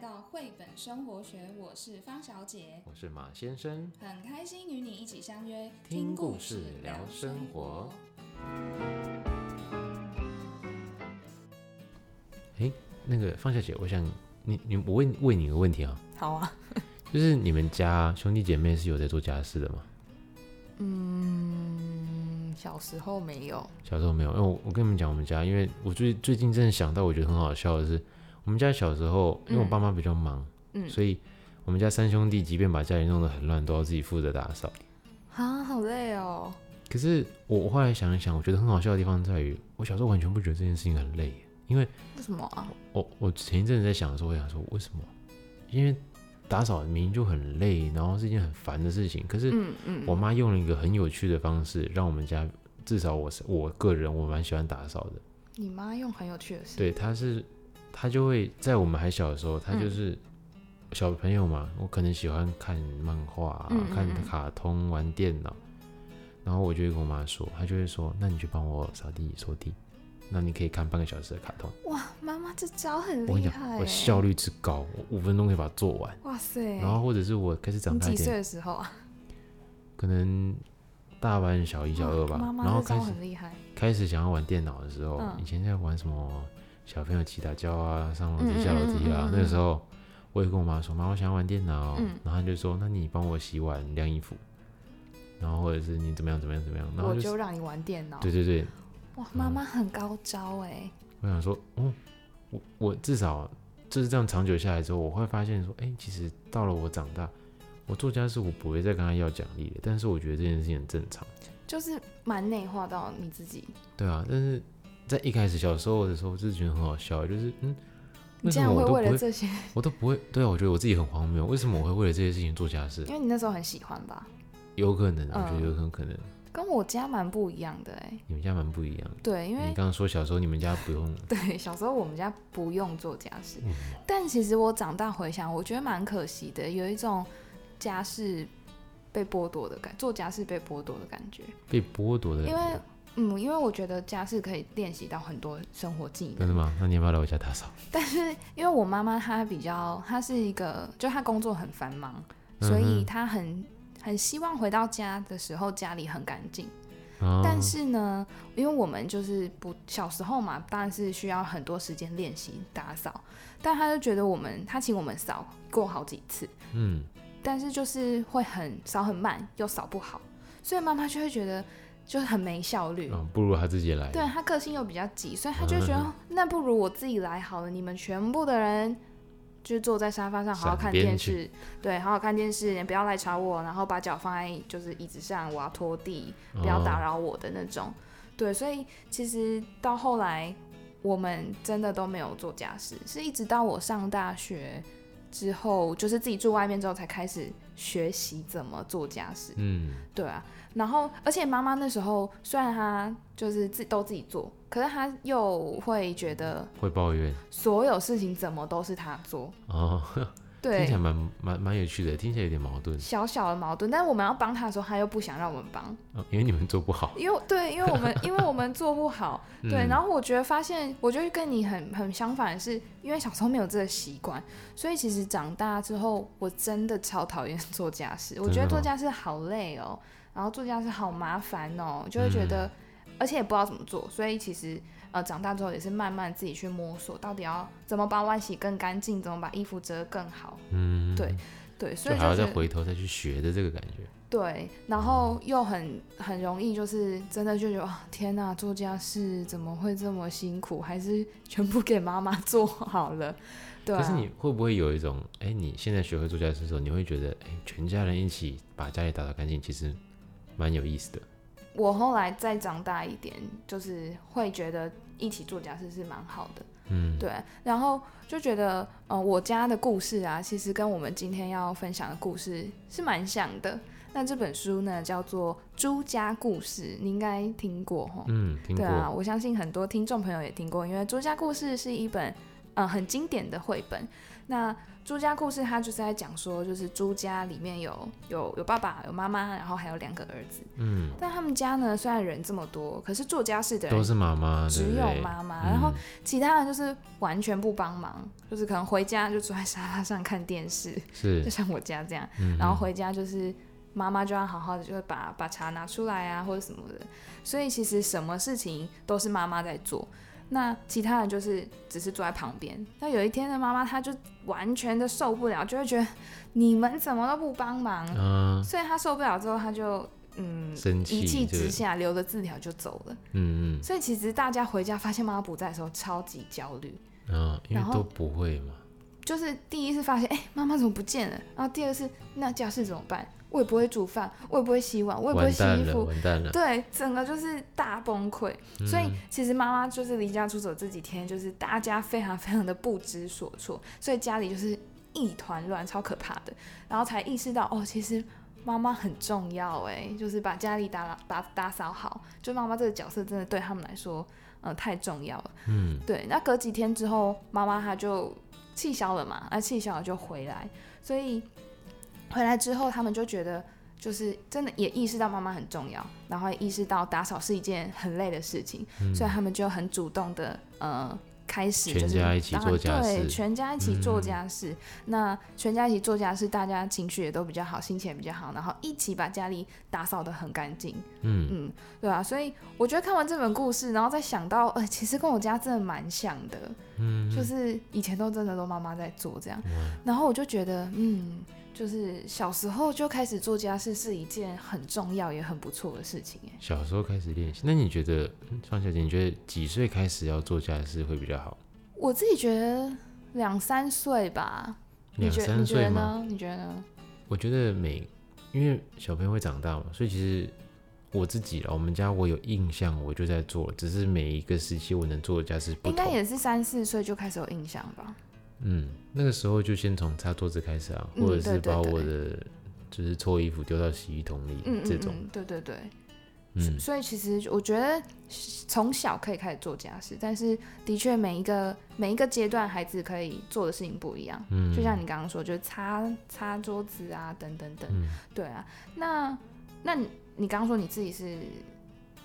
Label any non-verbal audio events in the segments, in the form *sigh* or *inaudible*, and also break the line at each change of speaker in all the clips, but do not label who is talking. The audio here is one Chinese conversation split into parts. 到绘本生活学，我是方小姐，
我是马先生，
很开心与你一起相约
听故事聊生活。哎，那个方小姐，我想你你我问问你个问题啊，
好啊， *laughs*
就是你们家兄弟姐妹是有在做家事的吗？
嗯，小时候没有，
小时候没有，因为我我跟你们讲，我们家，因为我最最近真的想到，我觉得很好笑的是，我们家小时候，因为我爸妈比较忙，
嗯
所以我们家三兄弟即便把家里弄得很乱，都要自己负责打扫。
啊，好累哦，
可是我我后来想一想，我觉得很好笑的地方在于，我小时候完全不觉得这件事情很累耶，因为
为什么啊？
我我前一阵子在想的时候，我想说为什么？因为打扫明明就很累，然后是一件很烦的事情，可是
嗯嗯，
我妈用了一个很有趣的方式，让我们家至少我是我个人我蛮喜欢打扫的。
你妈用很有趣的事，
对，他是他就会在我们还小的时候，
嗯
他就是小朋友嘛，我可能喜欢看漫画、啊、
嗯嗯
看
嗯
卡通、玩电脑，然后我就会跟我妈说，她就会说，那你去帮我扫地、拖地，那你可以看半个小时的卡通。
哇，妈妈这招很
我跟你
厉
讲，
害，
我效，率之高，我五分钟可以把它做完。
哇塞，
然后或者是我开始长
你
大一
几岁
点，
的时候啊？
可能大班、小一、小二吧
哇妈，妈
然后
这招
开始
很厉害，
开始想要玩电脑的时候，
嗯
以前在玩什么小朋友骑打跤啊、上楼
嗯
梯、
嗯
下楼梯
嗯嗯
啊，
嗯
那个时候我也跟我妈说：“妈，我想要玩电脑。
嗯
然后她就说：“那你帮我洗碗、晾衣服，然后或者是你怎么样、怎么样、怎么样。”然后
我
就
就是让你玩电脑，
对对对，
哇，妈妈很高招哎，
我想说，哦，我我至少就是这样长久下来之后，我会发现说，哎、其实到了我长大，我做家事我不会再跟她要奖励了，但是我觉得这件事情很正常。
就是蛮内化到你自己，
对啊，但是在一开始小时候的时候，就是觉得很好笑，就是嗯，
你
为
竟
什
然
么我
会
都不
为了
会，
这些，
我都不会，对啊，我觉得我自己很荒谬，为什么我会为了这些事情做家事
因？为你那时候很喜欢吧，
有可能，我觉得
嗯
有很可能，
跟我家蛮不一样的哎，
你们家蛮不一样的。
对，因为
你刚刚说小时候你们家不用，
*laughs* 对，小时候我们家不用做家事，
嗯
但其实我长大回想，我觉得蛮可惜的，有一种家事被剥夺的感，做家事被剥夺的感觉。
被剥夺的感
因为
觉，
嗯，因为我觉得家事可以练习到很多生活技
真
能，
的吗？那你要不要来我家打扫？
但是因为我妈妈她比较，她是一个，就她工作很繁忙，所
嗯
以
哼
她很很希望回到家的时候家里很干净。
啊，
但是呢，因为我们就是不小时候嘛，当然是需要很多时间练习打扫，但他就觉得我们他请我们扫过好几次，
嗯，
但是就是会很扫很慢，又扫不好，所以妈妈就会觉得就是很没效率。
啊，不如他自己来。
对他个性又比较急，所以他就觉得、
嗯
那不如我自己来好了，你们全部的人。就坐在沙发上好好看
闪边
电视，对，好好看电视，你不要来吵我，然后把脚放在就是椅子上，我要拖地，不要打
扰。
扰我的那种。对，所以其实到后来，我们真的都没有做家事，是一直到我上大学之后，就是自己住外面之后，才开始学习怎么做家事。
嗯，
对啊，然后而且妈妈那时候虽然她就是自都自己做，可是她又会觉得
会抱怨
所有事情怎么都是她做。
哦，听
对
起来，蛮蛮蛮有趣的，听起来有点矛盾，
小小的矛盾，但是我们要帮她的时候，她又不想让我们帮。
哦因为你们做不好。
因为对，因为我们 *laughs* 因为我们做不好，对。
嗯
然后我觉得发现，我觉得跟你很很相反的是，因为小时候没有这个习惯，所以其实长大之后，我真的超讨厌做家事。我
真
觉
的
得
哦
做家事好累哦，然后做家事好麻烦哦，就会觉得，
嗯
而且也不知道怎么做。所以其实呃，长大之后也是慢慢自己去摸索，到底要怎么把碗洗更干净，怎么把衣服折得更好。
嗯，
对对，所
就
以
还要
就
再
是
回头再去学的这个感觉。
对，然后又很很容易，就是真的就觉得啊，天呐，做家事怎么会这么辛苦？还是 *laughs* 全部给妈妈做好了。对、啊，
可是你会不会有一种，哎、你现在学会做家事的时候，你会觉得，哎、全家人一起把家里打扫干净，其实蛮有意思的。
我后来再长大一点，就是会觉得一起做家事是蛮好的。
嗯，
对，然后就觉得，呃，我家的故事啊，其实跟我们今天要分享的故事是蛮像的。那这本书呢，叫做《朱家故事》，你应该听过吼。
嗯，听
对
过，
啊，我相信很多听众朋友也听过，因为《朱家故事》是一本呃很经典的绘本。那朱家故事它就是在讲说，就是朱家里面有有有爸爸、有妈妈，然后还有两个儿子。
嗯，
但他们家呢，虽然人这么多，可是做家事的
都
人
是妈妈，对
只
不
有
对？
妈妈，
嗯，
然后其他人就是完全不帮忙，就是可能回家就坐在沙发上看电视，就是像我家这样。
嗯
然后回家就是妈妈就要好好的，就会把把茶拿出来啊，或者什么的。所以其实什么事情都是妈妈在做，那其他人就是只是坐在旁边。那有一天的妈妈她就完全的受不了，就会觉得你们怎么都不帮忙，
啊，
所以她受不了之后，她就嗯
生气
一气
对不
之
对
下留了字条就走了。
嗯
所以其实大家回家发现妈妈不在的时候，超级焦虑。
嗯，啊，因
然
为
后
都不会嘛，
就是第一是发现，哎、妈妈怎么不见了？然后第二是那家事怎么办？我也不会煮饭，我也不会洗碗，我也不会
完
洗
蛋
衣
了，
服，
完蛋了，
对，整个就是大崩溃。所以
嗯
其实妈妈就是离家出走这几天，就是大家非常非常的不知所措，所以家里就是一团乱，超可怕的。然后才意识到，哦，其实妈妈很重要，哎，就是把家里打打打扫好，就妈妈这个角色真的对他们来说，呃，太重要了。
嗯，
对，那隔几天之后，妈妈她就气消了嘛，那啊气消了就回来，所以回来之后，他们就觉得就是真的也意识到妈妈很重要，然后也意识到打扫是一件很累的事情，
嗯
所以他们就很主动的呃。开始
全
就是
家一起
当然
做家
对，
事
全家一起做
嗯
家事。那全家一起做家事，大家情绪也都比较好，心情也比较好，然后一起把家里打扫得很干净。
嗯，
嗯，对啊，所以我觉得看完这本故事，然后再想到，呃，其实跟我家真的蛮像的，嗯，就是以前都真的都妈妈在做这样，然后我就觉得，嗯，就是小时候就开始做家事是一件很重要也很不错的事情，哎，
小时候开始练习。那你觉得，嗯方小姐，你觉得几岁开始要做家事会比较好？
我自己觉得两三岁吧，你
两
觉得
三
你觉
岁
得
吗？
呢？你觉得呢？
我觉得每，因为小朋友会长大嘛，所以其实我自己啦，我们家我有印象，我就在做，只是每一个时期我能做的家事不
应该
同。
也是三四岁就开始有印象吧？
嗯，那个时候就先从擦桌子开始啊，
嗯
或者是
对对
把我
对
的就是搓衣服丢到洗衣桶里
嗯
这
嗯
种。
嗯，对对对，
嗯
所以其实我觉得从小可以开始做家事，但是的确每一个每一个阶段孩子可以做的事情不一样。
嗯，
就像你刚刚说，就是擦擦桌子啊，等等等。
嗯
对啊，那那你你刚刚说你自己是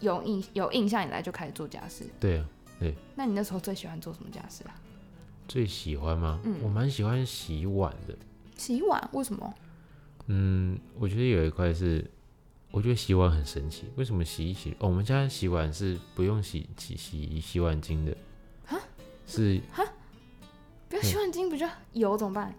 有印有印象以来就开始做家事，
对啊，
那你那时候最喜欢做什么家事啊？
最喜欢吗？
嗯
我蛮喜欢洗碗的。
洗碗？为什么？
嗯，我觉得有一块是，我觉得洗碗很神奇。为什么洗一洗？哦，我们家洗碗是不用洗洗洗洗碗巾的，
不
是
要
嗯
洗碗巾不就油怎么办？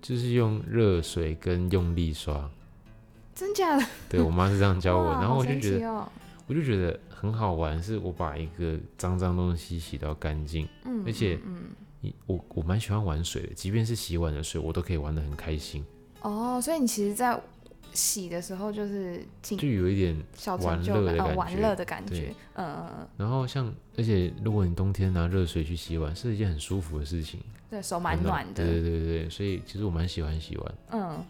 就是用热水跟用力
*laughs*
刷。
真假的？
对我妈是这样教我，
哇
然后
好
我就
神
觉
奇
得，
哦、
我就觉得很好玩，是我把一个脏脏东西洗到干净。
嗯，
而且
嗯。嗯
你我我蛮喜欢玩水的，即便是洗碗的水，我都可以玩得很开心，
哦，所以你其实，在洗的时候就是请
就有一点
小成就感，
玩乐的
呃，
感
玩
觉
乐的感
对
觉，呃，
然后像，而且如果你冬天拿热水去洗碗，是一件很舒服的事情，
对手蛮
很
暖的，
对对对对，所以其实我蛮喜欢洗碗。 *laughs*
嗯。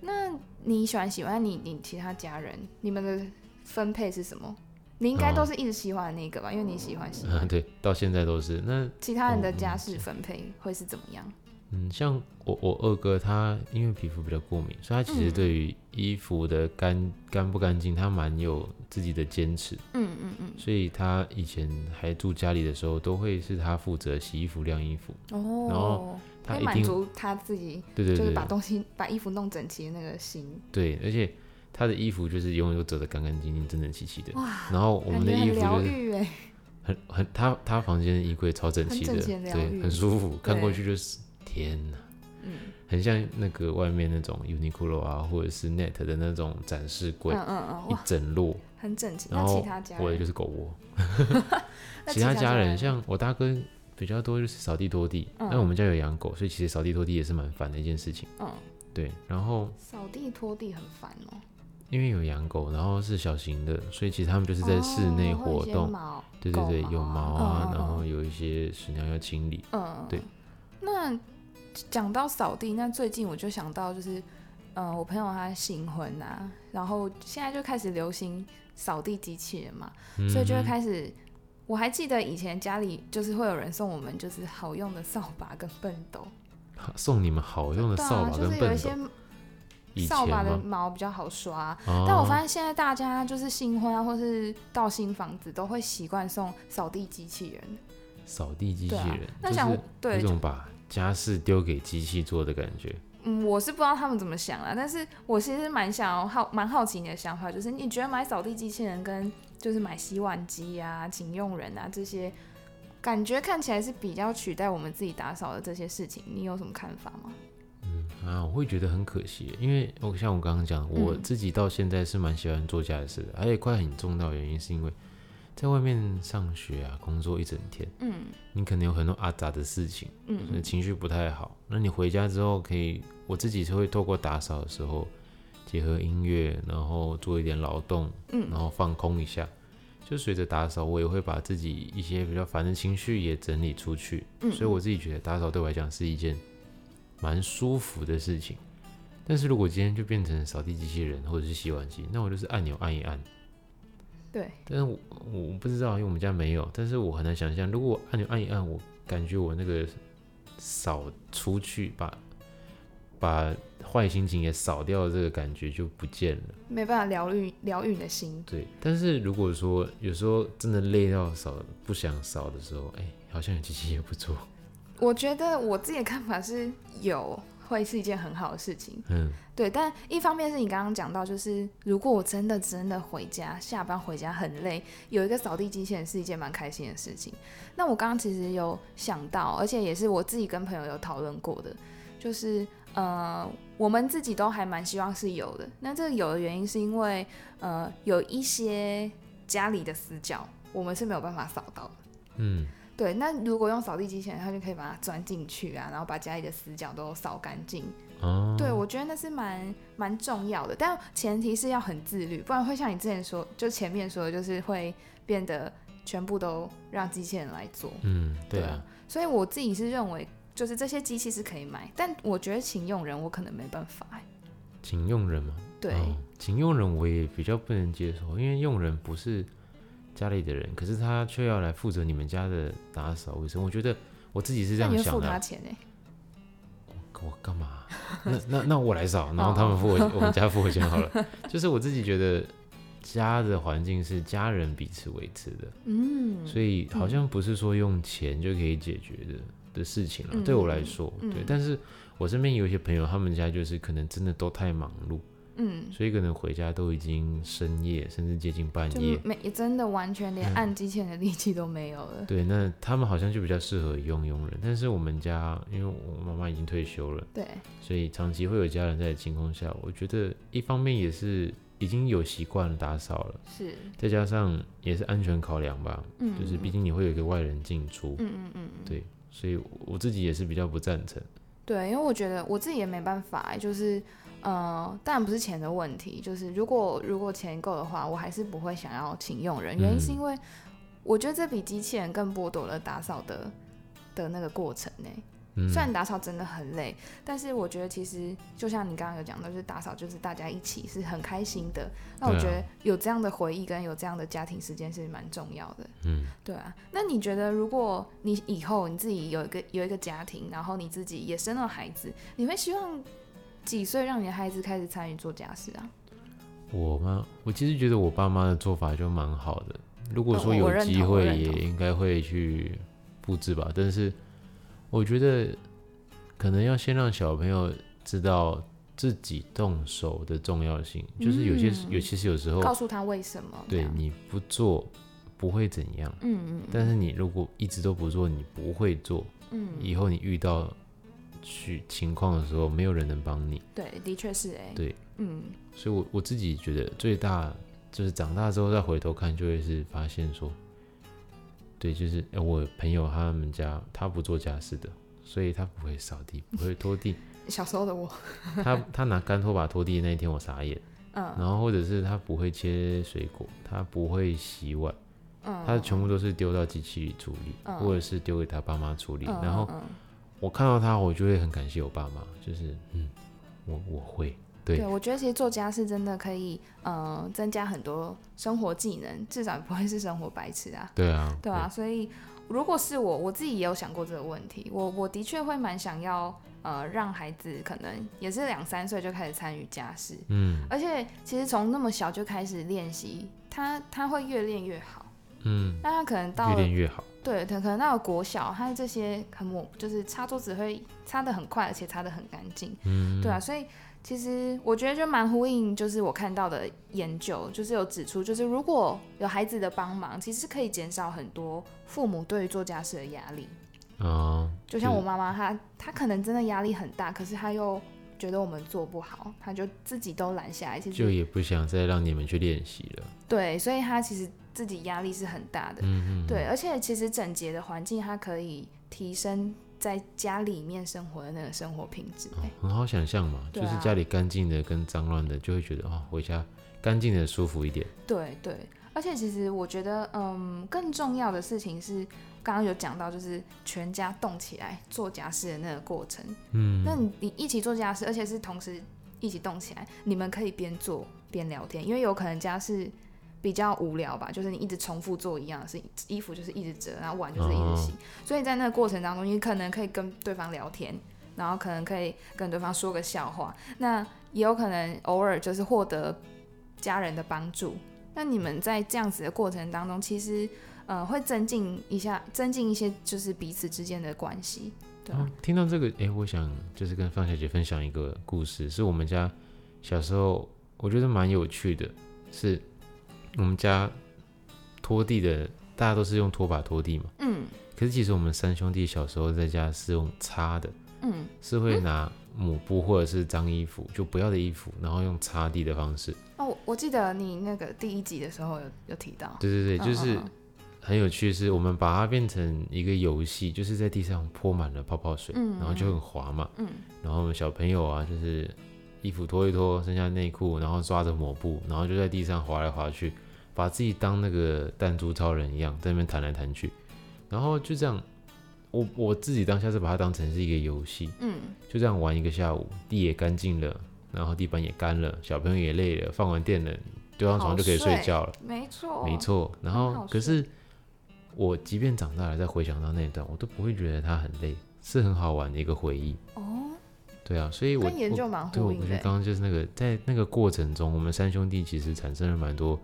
那你喜欢洗碗？那你你其他家人，你们的分配是什么？你应该都
哦
是一直喜欢的那个吧，因为你喜欢洗
啊，
碗。
对，到现在都是。那
其他人的
嗯
家
嗯
事分配会是怎么样？
嗯，像我我二哥他因为皮肤比较过敏，所以他其实
嗯
对于衣服的干干不干净，他蛮有自己的坚持。
嗯嗯嗯。
所以他以前还住家里的时候，都会是他负责洗衣服、晾衣服。
哦，
他
可以
一
满
定
足他自己，
对对
就
对
是把东西、把衣服弄整齐的那个心。
对，而且他的衣服就是永远都折得干干净净、整整齐齐的。
哇，
然后我
感
们的
觉
衣
很
服
疗
就是
愈哎。
很很，他他房间的衣柜超整
很
齐
整
的，
齐很疗
对，
愈
很舒服，看过
对
去就是天哪，
嗯
很像那个外面那种 Uniqlo 啊，或者是 Net 的那种展示柜，
嗯嗯嗯，
一
哇，
整摞。
很整齐。
然
那其
后
他家
我的
人
就，是狗窝，
那
其他家人
人
像我大哥比较多就是扫地拖地，那、
嗯
我们家有养狗，所以其实扫地拖地也是蛮烦的一件事情。
嗯，
对，然后
扫地拖地很烦哦，
因为有养狗，然后是小型的，所以其实他们就是在室内
哦会有
活
一些
动，
毛
对对对，
狗
有
毛
毛
啊
啊，
嗯嗯
然后
嗯
有一些屎尿要清理。
嗯，
对。
那讲到扫地，那最近我就想到就是，嗯、我朋友他新婚啊，然后现在就开始流行扫地机器人嘛，所以就会
嗯
开始。我还记得以前家里就是会有人送我们就是好用的扫把跟畚斗，
送你们好用的
对
扫
啊，
把
就
跟
是有
笨
一
手
些。
以
扫
前
把的
吗？哦
毛比较好刷，
但
但我发现现在大家就是新婚啊，或是到新房子都会习惯送扫地机器人。
扫地机器
对啊
人，
那
就
想
是
对
有种把家事丢给机器做的感觉。
嗯，我是不知道他们怎么想啦，但是我其实蛮想要好蛮好奇你的想法，就是你觉得买扫地机器人跟就是买洗碗机啊、警用人啊这些，感觉看起来是比较取代我们自己打扫的这些事情，你有什么看法吗？
啊，我会觉得很可惜，因为我像我刚刚讲，我
嗯
自己到现在是蛮喜欢做家事的，而且快很重要的原因是因为在外面上学啊，工作一整天，
嗯
你可能有很多阿杂的事情，
嗯，
情绪不太好。那你回家之后，可以我自己是会透过打扫的时候，结合音乐，然后做一点劳动，
嗯
然后放空一下。就随着打扫，我也会把自己一些比较烦的情绪也整理出去。
嗯
所以我自己觉得打扫对我来讲是一件蛮舒服的事情。但是如果今天就变成扫地机器人或者是洗碗机，那我就是按钮按一按。
对，
但是我我我不知道，因为我们家没有。但是我很难想象，如果我按钮按一按，我感觉我那个扫出去，把把坏心情也扫掉，这个感觉就不见了。
没办法疗愈疗愈你的心，
对，但是如果说有时候真的累到扫不想扫的时候，哎、好像有机器也不错。
我觉得我自己的看法是有会是一件很好的事情，
嗯，
对，但一方面是你刚刚讲到，就是如果我真的真的回家，下班回家很累，有一个扫地机器人是一件蛮开心的事情。那我刚刚其实有想到，而且也是我自己跟朋友有讨论过的，就是呃，我们自己都还蛮希望是有的。那这个有的原因是因为呃，有一些家里的死角我们是没有办法扫到的。
嗯，
对，那如果用扫地机器人，它就可以把它钻进去啊，然后把家里的死角都扫干净。
哦，
对，我觉得那是蛮蛮重要的，但前提是要很自律，不然会像你之前说，就前面说的，就是会变得全部都让机器人来做。
嗯，对啊，
所以我自己是认为，就是这些机器是可以买，但我觉得请用人我可能没办法欸。
请用人嘛，
对，
哦，请用人我也比较不能接受，因为用人不是家里的人，可是他却要来负责你们家的打扫卫生。我觉得我自己是这
那
样
你就
想
付
的
他
啊，
钱哎、
我干嘛？ *laughs* 那那那我来扫，然后他们付我，我们家付我钱好
哦 *laughs*
了。就是我自己觉得家的环境是家人彼此维持的，
嗯，
所以好像不是说用钱就可以解决的的事情了。
嗯
对我来说，
嗯
对，但是我身边有一些朋友，他们家就是可能真的都太忙碌，
嗯，
所以可能回家都已经深夜，甚至接近半
就
夜。
没也真的完全连
嗯
按机器人的力气都没有了。
对，那他们好像就比较适合用佣人，但是我们家因为我妈妈已经退休了，
对，
所以长期会有家人在的情况下，我觉得一方面也是已经有习惯打扫了，
是，
再加上也是安全考量吧，
嗯，
就是毕竟你会有一个外人进出，
嗯嗯嗯嗯。
对，所以我自己也是比较不赞成。
对，因为我觉得我自己也没办法欸，就是，呃，当然不是钱的问题，就是如果如果钱够的话，我还是不会想要请用人，原因是
嗯
因为我觉得这比机器人更剥夺了打扫的的那个过程呢。
嗯，
虽然打扫真的很累，但是我觉得其实就像你刚刚有讲到，就是打扫就是大家一起是很开心的。那我
对啊
觉得有这样的回忆跟有这样的家庭时间是蛮重要的。
嗯，
对啊，那你觉得如果你以后你自己有一个有一个家庭，然后你自己也生了孩子，你会希望几岁让你的孩子开始参与做家事啊？
我吗？我其实觉得我爸妈的做法就蛮好的。如果
嗯
说
我
有
我认
机
同我
会，
认
也
同
应该会去布置吧。但是我觉得可能要先让小朋友知道自己动手的重要性，就是有些有其实有时候
嗯告诉他啊为什么？这
哦对
样
你不做不会怎样，
嗯嗯
但是你如果一直都不做，你不会做，
嗯，
以后你遇到去情况的时候，没有人能帮你。
对，的确是哎、
对，
嗯
所以我，我自己觉得最大就是长大之后再回头看，就会是发现说，对，就是、哎，我朋友他们家他不做家事的，所以他不会扫地，不会拖地， *laughs*
小时候的我，
他他拿干拖把拖地的那一天我傻眼，
嗯
然后或者是他不会切水果，他不会洗碗，
嗯，
他全部都是丢到机器里处理，
嗯
或者是丢给他爸妈处理，
嗯
然后
嗯嗯
我看到他，我就会很感谢我爸妈，就是嗯，我我会，对
对，我觉得其实做家事真的可以，呃，增加很多生活技能，至少不会是生活白痴啊。
对啊，
对啊，所以如果是我，我自己也有想过这个问题。我我的确会蛮想要，嗯、呃让孩子可能也是两三岁就开始参与家事，
嗯
而且其实从那么小就开始练习，他他会越练越好。
嗯，
那他可能到
越
了
练越好。
对，可可能到了国小，他这些很模就是擦桌子会擦的很快，而且擦的很干净。
嗯，
对啊，所以其实我觉得就蛮呼应，就是我看到的研究，就是有指出，就是如果有孩子的帮忙，其实可以减少很多父母对于做家事的压力。
哦，
就像
是
我妈妈，她她可能真的压力很大，可是她又觉得我们做不好，她就自己都揽下来。其
就
实
也不想再让你们去练习了。
对，所以她其实自己压力是很大的。
嗯嗯，
对，而且其实整洁的环境，它可以提升在家里面生活的那个生活品质。
哦很好想象嘛，就
哎对
是
啊
家里干净的跟脏乱的，就会觉得哦，回家干净的舒服一点。
对对，而且其实我觉得，嗯，更重要的事情是，刚刚有讲到，就是全家动起来做家事的那个过程。
嗯，
那你你一起做家事，而且是同时一起动起来，你们可以边做边聊天，因为有可能家事比较无聊吧，就是你一直重复做一样的事情，衣服就是一直折，然后碗就是一直洗，所以在那个过程当中，你可能可以跟对方聊天，然后可能可以跟对方说个笑话，那也有可能偶尔就是获得家人的帮助。那你们在这样子的过程当中，其实呃会增进一下，增进一些就是彼此之间的关系，对啊吧、
哦，听到这个，哎、我想就是跟方小姐分享一个故事，是我们家小时候我觉得蛮有趣的，是我们家拖地的，大家都是用拖把拖地嘛。
嗯
可是其实我们三兄弟小时候在家是用擦的，
嗯
是会拿抹布或者是脏衣服，就不要的衣服，然后用擦地的方式。
哦，我我记得你那个第一集的时候有有提到，
对对
嗯
对，就是
嗯嗯
很有趣，是我们把它变成一个游戏，就是在地上泼满了泡泡水，
嗯
然后就很滑嘛。
嗯，
然后我们小朋友啊，就是衣服脱一脱，剩下内裤，然后抓着抹布，然后就在地上滑来滑去，把自己当那个弹珠超人一样，在那边弹来弹去。然后就这样，我我自己当下是把它当成是一个游戏，
嗯，
就这样玩一个下午，地也干净了，然后地板也干了，小朋友也累了，放完电了，丢上床就可以睡觉了。
没错，
没，错，
哦
然
很
后
好
可
睡
是我即便长大了再回想到那一段，我都不会觉得它很累，是很好玩的一个回忆。
哦，
对啊，所以我
跟研
我
究蛮
对
呼
我
应
觉
的
得
欸，
刚刚就是那个在那个过程中，我们三兄弟其实产生了蛮多，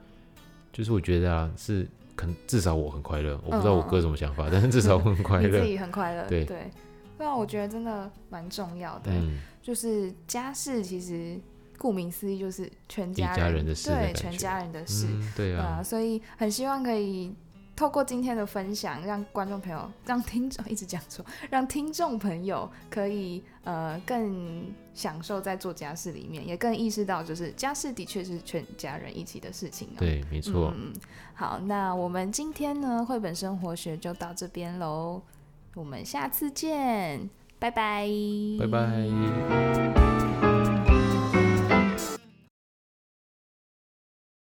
就是我觉得啊是可能至少我很快乐，我不知道我哥什么想法，但是至少我很快
嗯 *laughs* 你自
乐。嗯
己很快乐，
对
对，对啊，我觉得真的蛮重要的，
嗯，
就是家事其实顾名思义就是全家
一家人的事的
对，
感
全
觉
家人的事，
嗯对
对
啊
啊，，所以很希望可以透过今天的分享，让观众朋友、让听众一直讲错，让听众朋友可以呃更享受在做家事里面，也更意识到就是家事的确是全家人一起的事情、哦。。
对，没错，
嗯，好，那我们今天呢绘本生活学就到这边喽，我们下次见，拜拜，
拜拜。